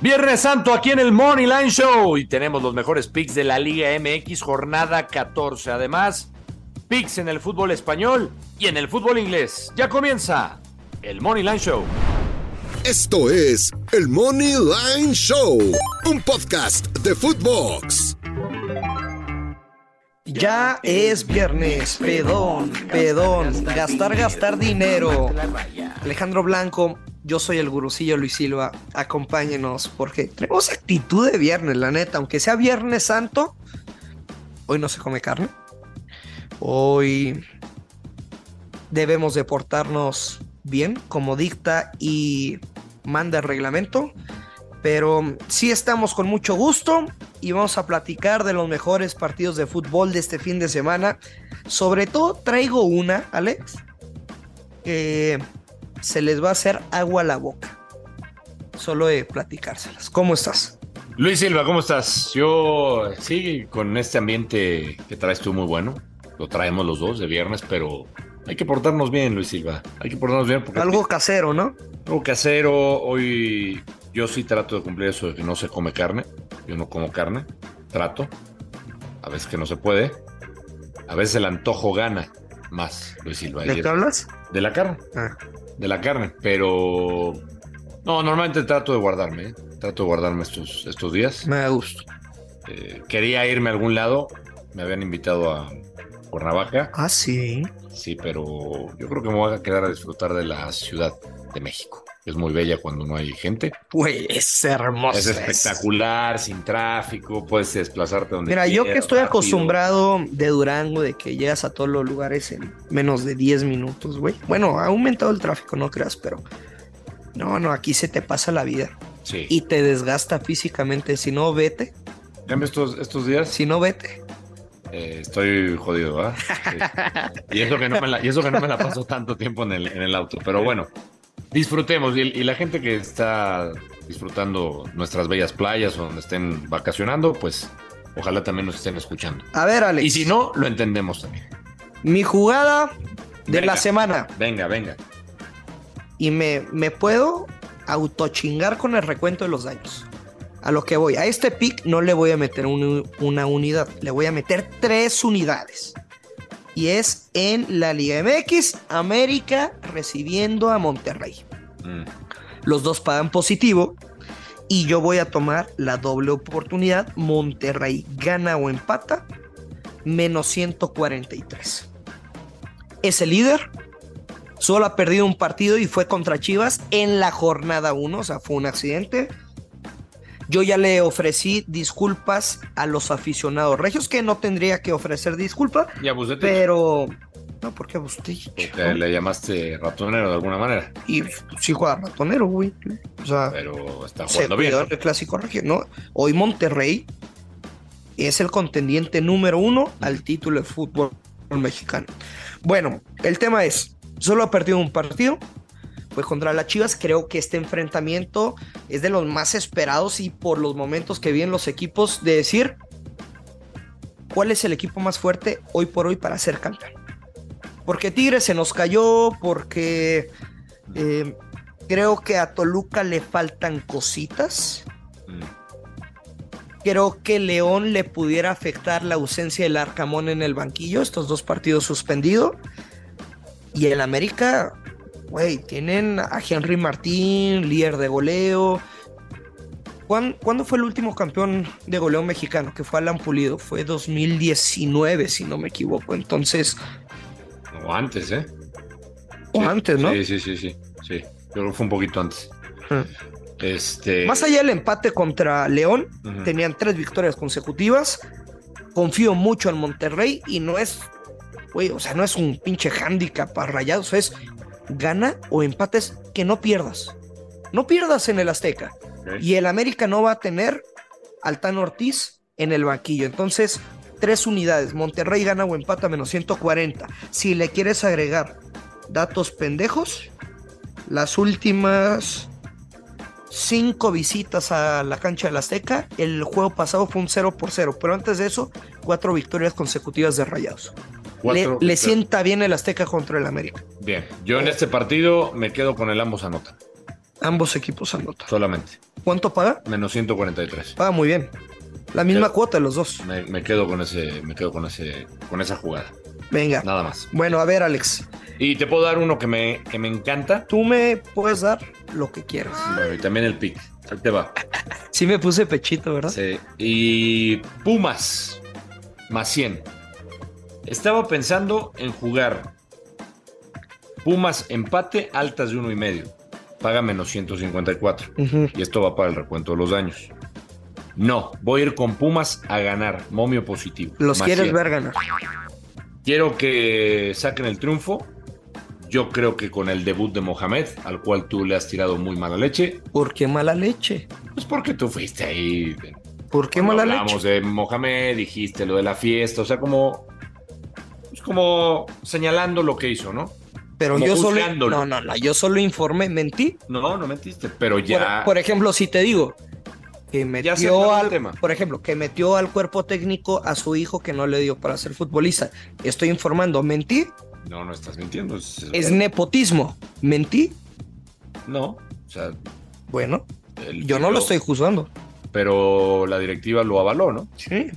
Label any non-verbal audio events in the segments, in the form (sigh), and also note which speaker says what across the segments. Speaker 1: Viernes Santo aquí en el Money Line Show y tenemos los mejores picks de la Liga MX, jornada 14. Además, picks en el fútbol español y en el fútbol inglés. Ya comienza el Money Line Show.
Speaker 2: Esto es el Money Line Show, un podcast de Footbox.
Speaker 3: Ya es viernes, pedón, pedón, gastar, gastar dinero. Alejandro Blanco, yo soy el gurucillo Luis Silva, acompáñenos porque tenemos actitud de viernes, la neta, aunque sea viernes santo, hoy no se come carne, hoy debemos de portarnos bien como dicta y manda el reglamento, pero sí estamos con mucho gusto y vamos a platicar de los mejores partidos de fútbol de este fin de semana. Sobre todo traigo una, Alex, que se les va a hacer agua a la boca. Solo de platicárselas. ¿Cómo estás?
Speaker 1: Luis Silva, ¿cómo estás? Yo, sí, con este ambiente que traes tú muy bueno. Lo traemos los dos de viernes, pero hay que portarnos bien, Luis Silva. Hay que portarnos bien porque
Speaker 3: Algo casero, ¿no?
Speaker 1: Algo casero, hoy yo sí trato de cumplir eso de que no se come carne. Yo no como carne, trato. A veces que no se puede. A veces el antojo gana más, Luis Silva.
Speaker 3: ¿De
Speaker 1: Ayer-
Speaker 3: qué hablas?
Speaker 1: de la carne,
Speaker 3: Ah.
Speaker 1: de la carne, pero... No, normalmente trato de guardarme, ¿eh? trato de guardarme estos, estos días.
Speaker 3: Me da gusto.
Speaker 1: Eh, quería irme a algún lado, me habían invitado a Cuernavaca,
Speaker 3: Ah, sí.
Speaker 1: sí, pero yo creo que me voy a quedar a disfrutar de la Ciudad de México. Es muy bella cuando no hay gente.
Speaker 3: Güey, es Pues, hermoso.
Speaker 1: es espectacular, sin tráfico, puedes desplazarte donde
Speaker 3: Mira, yo que
Speaker 1: quieras,
Speaker 3: estoy
Speaker 1: rápido.
Speaker 3: acostumbrado de Durango, de que llegas a todos los lugares en menos de 10 minutos, güey. Bueno, ha aumentado el tráfico, no creas, pero... No, no, aquí se te pasa la vida
Speaker 1: Sí.
Speaker 3: y te desgasta físicamente. Si no, vete.
Speaker 1: En cambio, estos, estos días
Speaker 3: Si no, vete.
Speaker 1: eh, estoy jodido,
Speaker 3: (laughs)
Speaker 1: ¿verdad? Sí. Y, eso que no me la, y eso que no me la paso tanto tiempo en el, en el auto, pero bueno, disfrutemos. Y, y la gente que está disfrutando nuestras bellas playas o donde estén vacacionando, pues ojalá también nos estén escuchando.
Speaker 3: A ver, Alex.
Speaker 1: Y si no, lo entendemos también.
Speaker 3: Mi jugada de
Speaker 1: Venga.
Speaker 3: la semana.
Speaker 1: Venga, venga.
Speaker 3: Y me, me puedo autochingar con el recuento de los daños. A lo que voy. A este pick no le voy a meter un- una unidad. Le voy a meter tres unidades. Y es en la Liga MX, América recibiendo a Monterrey.
Speaker 1: Mm,
Speaker 3: Los dos pagan positivo. Y yo voy a tomar la doble oportunidad. Monterrey gana o empata. Menos 143. Es el líder. Solo ha perdido un partido y fue contra Chivas en la jornada 1. O sea, fue un accidente. Yo ya le ofrecí disculpas a los aficionados regios, que no tendría que ofrecer disculpas,
Speaker 1: Y abusé de ti,
Speaker 3: pero... No, porque pues, usted...
Speaker 1: porque le llamaste ratonero de alguna manera,
Speaker 3: Y sí juega ratonero, güey. O sea...
Speaker 1: pero está
Speaker 3: se
Speaker 1: jugando bien.
Speaker 3: cuidó en el clásico regio, ¿no? Hoy Monterrey es el contendiente número uno al título de fútbol mexicano. Bueno, el tema es, solo ha perdido un partido, pues contra las Chivas creo que este enfrentamiento es de los más esperados y por los momentos que vienen los equipos de decir cuál es el equipo más fuerte hoy por hoy para ser campeón. Porque Tigres se nos cayó, porque eh, creo que a Toluca le faltan cositas.
Speaker 1: Mm,
Speaker 3: Creo que León le pudiera afectar la ausencia del Arcamón en el banquillo, estos dos partidos suspendidos. Y el América, güey, tienen a Henry Martín, líder de goleo. ¿Cuán- ¿Cuándo fue el último campeón de goleo mexicano? Que fue Alan Pulido. Fue 2019, si no me equivoco. Entonces,
Speaker 1: O antes, ¿eh?
Speaker 3: o
Speaker 1: Sí,
Speaker 3: antes, ¿no?
Speaker 1: Sí, sí, sí, sí, sí. Yo creo que fue un poquito antes.
Speaker 3: Ah.
Speaker 1: Este.
Speaker 3: Más allá del empate contra León,
Speaker 1: Ujú.
Speaker 3: tenían tres victorias consecutivas. Confío mucho en Monterrey y no es, güey, o sea, no es un pinche handicap para rayados, es gana o empates que no pierdas. No pierdas en el Azteca.
Speaker 1: Ok.
Speaker 3: Y el América no va a tener al Tan Ortiz en el banquillo. Entonces, tres unidades. Monterrey gana o empata menos 140. Si le quieres agregar datos pendejos, las últimas cinco visitas a la cancha del Azteca, el juego pasado fue un 0 por 0. Pero antes de eso, cuatro victorias consecutivas de Rayados. Le,
Speaker 1: Cuatro-
Speaker 3: le sienta bien el Azteca contra el América.
Speaker 1: Bien, yo en este partido me quedo con el ambos anotan.
Speaker 3: Ambos equipos anotan.
Speaker 1: solamente.
Speaker 3: ¿Cuánto paga?
Speaker 1: Menos 143.
Speaker 3: Paga muy bien. La misma
Speaker 1: Ya.
Speaker 3: cuota de los dos.
Speaker 1: Me, me quedo con ese, me quedo con ese, con esa jugada.
Speaker 3: Venga.
Speaker 1: Nada más.
Speaker 3: Bueno, a ver, Alex.
Speaker 1: Y te puedo dar uno que me, que me encanta.
Speaker 3: Tú me puedes dar lo que quieras.
Speaker 1: Bueno, y también el pick. Ahí te va.
Speaker 3: Sí me puse pechito, ¿verdad?
Speaker 1: Sí. Y Pumas, más 100. Estaba pensando en jugar Pumas empate, altas de uno y medio. Paga menos 154.
Speaker 3: Ujú.
Speaker 1: Y esto va para el recuento de los daños. No, voy a ir con Pumas a ganar. Momio positivo.
Speaker 3: Los
Speaker 1: más
Speaker 3: quieres
Speaker 1: 100.
Speaker 3: ver ganar.
Speaker 1: Quiero que saquen el triunfo. Yo creo que con el debut de Mohamed, al cual tú le has tirado muy mala leche,
Speaker 3: ¿Por qué mala leche?
Speaker 1: pues porque tú fuiste ahí. de-
Speaker 3: ¿Por qué
Speaker 1: cuando
Speaker 3: mala
Speaker 1: hablamos
Speaker 3: leche?
Speaker 1: de Mohamed, dijiste lo de la fiesta, o sea, como. pues como señalando lo que hizo, ¿no?
Speaker 3: Pero
Speaker 1: como
Speaker 3: yo solo.
Speaker 1: juzgándolo.
Speaker 3: No, no, no. Yo solo informé. Mentí.
Speaker 1: No, no mentiste, pero
Speaker 3: Por-
Speaker 1: ya.
Speaker 3: Por, ejemplo, si te digo que
Speaker 1: Ya se acabó
Speaker 3: metió
Speaker 1: el
Speaker 3: al
Speaker 1: tema.
Speaker 3: por ejemplo, que metió al cuerpo técnico a su hijo que no le dio para ser futbolista. Estoy informando, mentí,
Speaker 1: No, no estás mintiendo. es-
Speaker 3: es nepotismo. Mentí,
Speaker 1: no, o sea.
Speaker 3: bueno,
Speaker 1: el-
Speaker 3: yo no
Speaker 1: pero-
Speaker 3: lo estoy juzgando.
Speaker 1: Pero la directiva lo avaló, ¿no?
Speaker 3: Sí.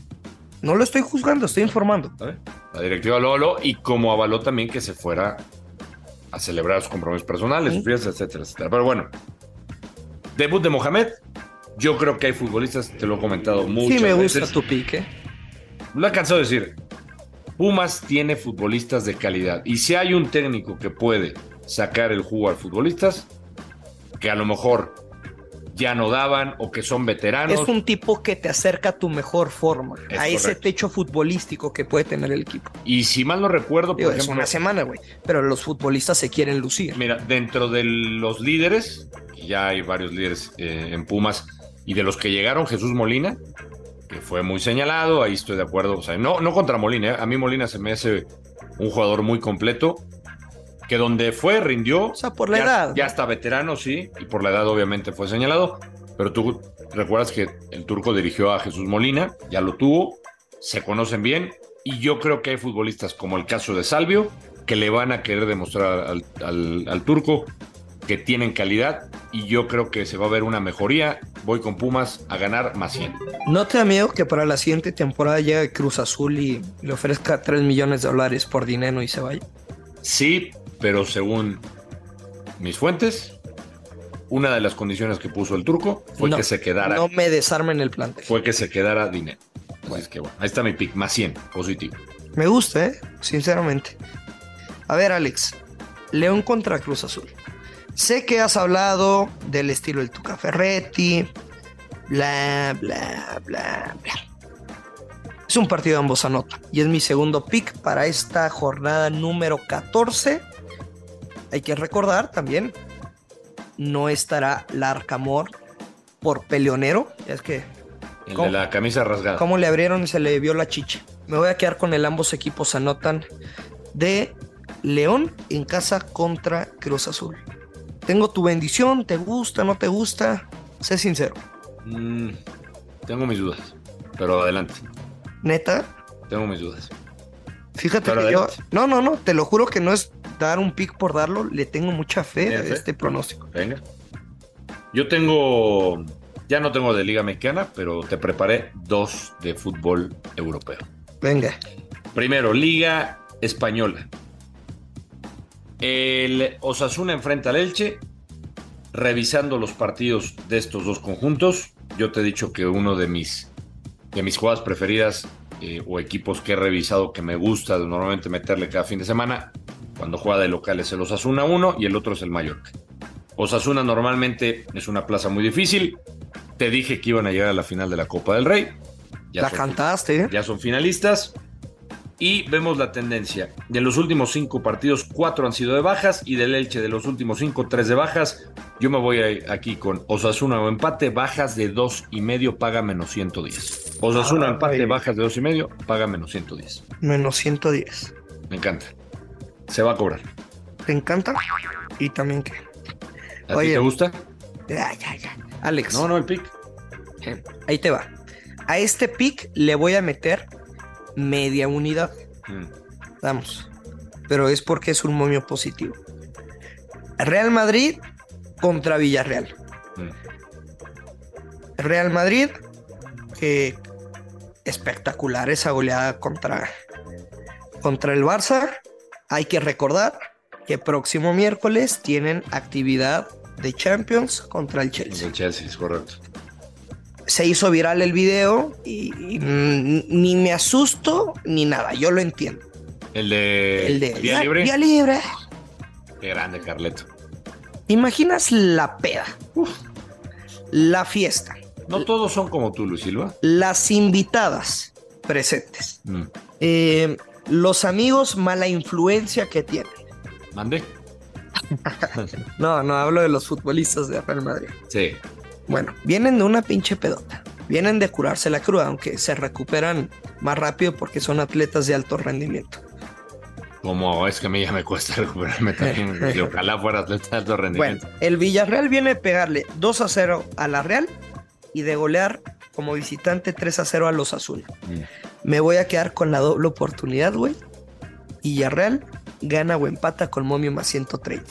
Speaker 3: No lo estoy juzgando, estoy informando.
Speaker 1: ¿Sabe? La directiva lo avaló y como avaló también que se fuera a celebrar sus compromisos personales,
Speaker 3: Sí.
Speaker 1: sus fiestas, etcétera, etcétera. Pero bueno, debut de Mohamed. Yo creo que hay futbolistas, te lo he comentado muchas
Speaker 3: sí me gusta
Speaker 1: veces.
Speaker 3: tu pique.
Speaker 1: Lo he cansado de decir. Pumas tiene futbolistas de calidad. Y si hay un técnico que puede sacar el jugo a futbolistas, que a lo mejor ya no daban o que son veteranos.
Speaker 3: Es un tipo que te acerca a tu mejor forma,
Speaker 1: ah, Es
Speaker 3: a ese
Speaker 1: correcto.
Speaker 3: techo futbolístico que puede tener el equipo.
Speaker 1: Y si mal no recuerdo, por
Speaker 3: Digo, es
Speaker 1: ejemplo,
Speaker 3: una semana, güey, pero los futbolistas se quieren lucir.
Speaker 1: Mira, dentro de los líderes, que ya hay varios líderes eh, en Pumas, y de los que llegaron, Jesús Molina, que fue muy señalado, ahí estoy de acuerdo. O sea, no, no contra Molina, ¿eh? a mí Molina se me hace un jugador muy completo, que donde fue rindió.
Speaker 3: O sea, por la
Speaker 1: ya,
Speaker 3: edad.
Speaker 1: Ya está veterano, sí, y por la edad obviamente fue señalado, pero tú recuerdas que el turco dirigió a Jesús Molina, ya lo tuvo, se conocen bien, y yo creo que hay futbolistas como el caso de Salvio, que le van a querer demostrar al, al- al turco que tienen calidad, y yo creo que se va a ver una mejoría. Voy con Pumas a ganar más 100.
Speaker 3: ¿No te da miedo que para la siguiente temporada llegue Cruz Azul y le ofrezca 3 millones de dólares por dinero y se vaya?
Speaker 1: Sí, pero según mis fuentes, una de las condiciones que puso el turco fue
Speaker 3: No,
Speaker 1: que se quedara.
Speaker 3: No me desarmen el plantel.
Speaker 1: fue que se quedara dinero. Así es que bueno, ahí está mi pick, más 100, positivo.
Speaker 3: Me gusta, ¿eh? Sinceramente. A ver, Alex. León contra Cruz Azul. Sé que has hablado del estilo del Tuca Ferretti. Bla, bla, bla, bla. Es un partido de ambos anotan. Y es mi segundo pick para esta jornada número 14. Hay que recordar también. No estará Larcamor por peleonero. Es que
Speaker 1: El
Speaker 3: ¿Cómo?
Speaker 1: de la camisa rasgada.
Speaker 3: cómo le abrieron y se le vio la chicha. Me voy a quedar con el ambos equipos anotan de León en casa contra Cruz Azul. Tengo tu bendición, te gusta, no te gusta, sé sincero.
Speaker 1: Mm, tengo mis dudas, pero adelante,
Speaker 3: Neta,
Speaker 1: tengo mis dudas.
Speaker 3: fíjate
Speaker 1: Pero
Speaker 3: que yo...
Speaker 1: adelante.
Speaker 3: No, no, no, te lo juro que no es dar un pick por darlo, le tengo mucha fe a
Speaker 1: Tiene fe.
Speaker 3: este pronóstico.
Speaker 1: Venga. Yo tengo, ya no tengo de Liga Mexicana, pero te preparé dos de fútbol europeo.
Speaker 3: Venga,
Speaker 1: Primero, Liga Española. El Osasuna enfrenta al Elche. Revisando los partidos de estos dos conjuntos, yo te he dicho que uno de mis, de mis jugadas preferidas eh, o equipos que he revisado que me gusta de normalmente meterle cada fin de semana, cuando juega de local es el Osasuna uno y el otro es el Mallorca. Osasuna normalmente es una plaza muy difícil. Te dije que iban a llegar a la final de la Copa del Rey. Ya
Speaker 3: la
Speaker 1: son-
Speaker 3: cantaste, ¿eh?
Speaker 1: ya son finalistas. Y vemos la tendencia. De los últimos cinco partidos, cuatro han sido de bajas. Y del Elche, de los últimos cinco, tres de bajas. Yo me voy a- aquí con Osasuna o empate, bajas de dos y medio, paga menos 110. Osasuna
Speaker 3: Ay.
Speaker 1: empate, bajas de dos y medio, paga menos 110.
Speaker 3: menos 110.
Speaker 1: Me encanta. Se va a cobrar.
Speaker 3: ¿Te encanta? Y también que...
Speaker 1: ¿A ti
Speaker 3: Oye. pues,
Speaker 1: te gusta?
Speaker 3: Ya, ya, ya. Alex.
Speaker 1: No, no, el pick.
Speaker 3: Eh, Ahí te va. A este pick le voy a meter media unidad.
Speaker 1: Mm.
Speaker 3: Vamos. Pero es porque es un momio positivo. Real Madrid contra Villarreal.
Speaker 1: mm,
Speaker 3: Real Madrid, que espectacular esa goleada contra, contra el Barça. Hay que recordar que próximo miércoles tienen actividad de Champions contra el Chelsea.
Speaker 1: El Chelsea, es correcto.
Speaker 3: Se hizo viral el video y, y, mm, ni me asusto ni nada, yo lo entiendo.
Speaker 1: El de,
Speaker 3: El de
Speaker 1: Eh, Vía
Speaker 3: "Ah,
Speaker 1: Libre.
Speaker 3: Vía libre.
Speaker 1: Qué grande, Carleto.
Speaker 3: ¿Te imaginas la peda? La fiesta.
Speaker 1: No todos son como tú, Luis Silva.
Speaker 3: Las invitadas presentes.
Speaker 1: Mm.
Speaker 3: eh, los amigos mala influencia que tienen.
Speaker 1: ¿Mande?
Speaker 3: No, no hablo de los futbolistas de Real Madrid.
Speaker 1: Sí.
Speaker 3: Bueno, vienen de una pinche pedota. Vienen de curarse la cruda, aunque se recuperan más rápido porque son atletas de alto rendimiento.
Speaker 1: Como es que a mí ya me cuesta (laughs) recuperarme también. y ojalá fuera atleta de este alto
Speaker 3: Bueno,
Speaker 1: rendimiento.
Speaker 3: el Villarreal viene a pegarle 2 a 0 a la Real y de golear como visitante 3 a 0 a los Azul.
Speaker 1: Mm.
Speaker 3: Me voy a quedar con la doble oportunidad, güey. Villarreal gana o empata con Momio más 130.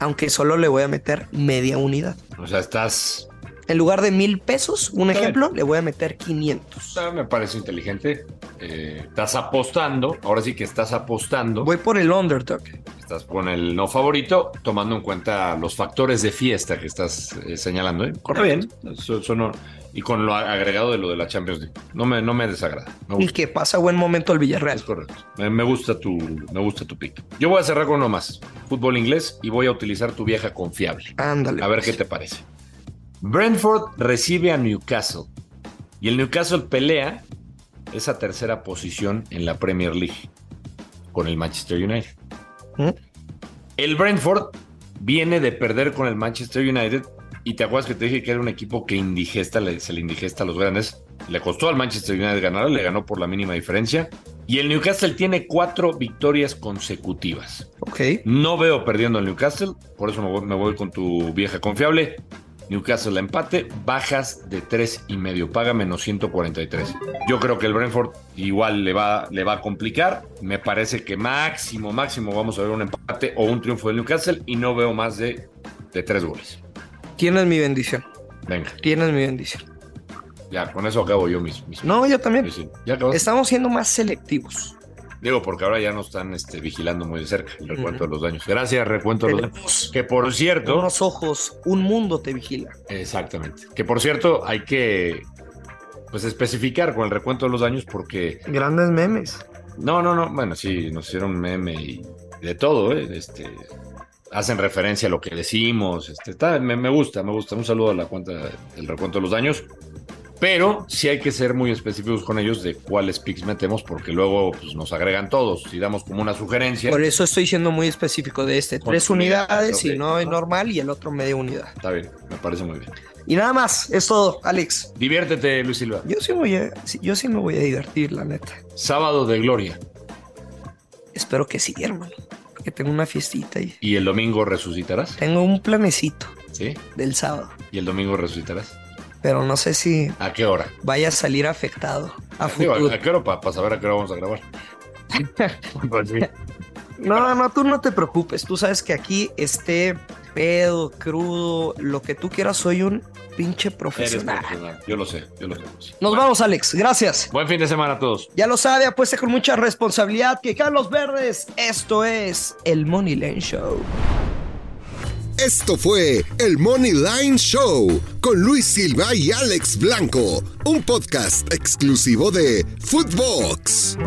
Speaker 3: Aunque solo le voy a meter media unidad.
Speaker 1: O sea, estás.
Speaker 3: En lugar de mil pesos, un
Speaker 1: Está
Speaker 3: ejemplo, le voy a meter 500.
Speaker 1: ah, Me parece inteligente. Eh, estás apostando. Ahora sí que estás apostando.
Speaker 3: Voy por el underdog.
Speaker 1: Estás con el no favorito, tomando en cuenta los factores de fiesta que estás eh, señalando. ¿eh?
Speaker 3: Correcto.
Speaker 1: Está bien. Eso- eso no- y con lo agregado de lo de la Champions League. No me, no me desagrada. Me
Speaker 3: Y
Speaker 1: gusta.
Speaker 3: que pasa buen momento el Villarreal.
Speaker 1: Es correcto. Me, me gusta tu, me gusta tu pick. Yo voy a cerrar con uno más. Fútbol inglés y voy a utilizar tu vieja confiable.
Speaker 3: Ándale.
Speaker 1: A ver qué
Speaker 3: pues.
Speaker 1: te parece. Brentford recibe a Newcastle. Y el Newcastle pelea esa tercera posición en la Premier League con el Manchester United.
Speaker 3: ¿Mm?
Speaker 1: El Brentford viene de perder con el Manchester United. Y te acuerdas que te dije que era un equipo que indigesta, le- se le indigesta a los grandes. Le costó al Manchester United ganar, le ganó por la mínima diferencia. Y el Newcastle tiene cuatro victorias consecutivas.
Speaker 3: Ok.
Speaker 1: No veo perdiendo el Newcastle, por eso me voy, me voy con tu vieja confiable. Newcastle empate, bajas de tres y medio, paga menos 143. Yo creo que el Brentford igual le va, le va a complicar. Me parece que máximo, máximo vamos a ver un empate o un triunfo del Newcastle y no veo más de, de tres goles.
Speaker 3: Tienes mi bendición.
Speaker 1: Venga,
Speaker 3: Tienes mi bendición.
Speaker 1: ya, con eso acabo yo mis. mis-
Speaker 3: No, yo también.
Speaker 1: mis- sí. ¿Ya acabaste?
Speaker 3: Estamos siendo más selectivos.
Speaker 1: Digo, porque ahora ya nos están este, vigilando muy de cerca el recuento de los daños. Gracias, recuento de los daños.
Speaker 3: Tenemos
Speaker 1: Que por cierto.
Speaker 3: unos ojos, un mundo te vigila.
Speaker 1: Exactamente. Que por cierto, hay que pues especificar con el recuento de los daños porque
Speaker 3: Grandes memes.
Speaker 1: no, no, no, bueno, sí nos hicieron meme y de todo, ¿eh? este hacen referencia a lo que decimos, este está me, me gusta, me gusta. Un saludo a la cuenta del recuento de los daños. Pero sí hay que ser muy específicos con ellos de cuáles picks metemos, porque luego pues, nos agregan todos. Si damos como una sugerencia,
Speaker 3: Por eso estoy siendo muy específico de este.
Speaker 1: Con
Speaker 3: Tres
Speaker 1: tu unidad,
Speaker 3: unidades
Speaker 1: ok.
Speaker 3: y no es normal y el otro media unidad.
Speaker 1: está bien, me parece muy bien.
Speaker 3: Y nada más, es todo, Alex.
Speaker 1: Diviértete, Luis Silva.
Speaker 3: Yo sí, voy a- sí, yo sí me voy a divertir, la neta.
Speaker 1: Sábado de Gloria
Speaker 3: Espero que sí, hermano. Porque tengo una fiestita y
Speaker 1: y el domingo resucitarás,
Speaker 3: tengo un planecito
Speaker 1: ¿sí?
Speaker 3: del sábado.
Speaker 1: ¿Y el domingo resucitarás?
Speaker 3: Pero no sé si
Speaker 1: ¿A qué hora?
Speaker 3: vaya a salir afectado a
Speaker 1: Digo, ¿a-
Speaker 3: futuro.
Speaker 1: ¿A qué hora para saber a qué hora vamos a grabar? (laughs) Pues sí.
Speaker 3: No, no, tú no te preocupes. Tú sabes que aquí esté pedo, crudo, lo que tú quieras, soy un pinche
Speaker 1: Eres
Speaker 3: profesional.
Speaker 1: profesional. Yo lo sé, yo lo sé.
Speaker 3: Nos vamos, Alex. Gracias.
Speaker 1: Buen fin de semana a todos.
Speaker 3: Ya lo sabe, apuesta con mucha responsabilidad que Carlos Verdes. Esto es el Money Lane Show.
Speaker 2: Esto fue el Money Line Show con Luis Silva y Alex Blanco, un podcast exclusivo de Footbox.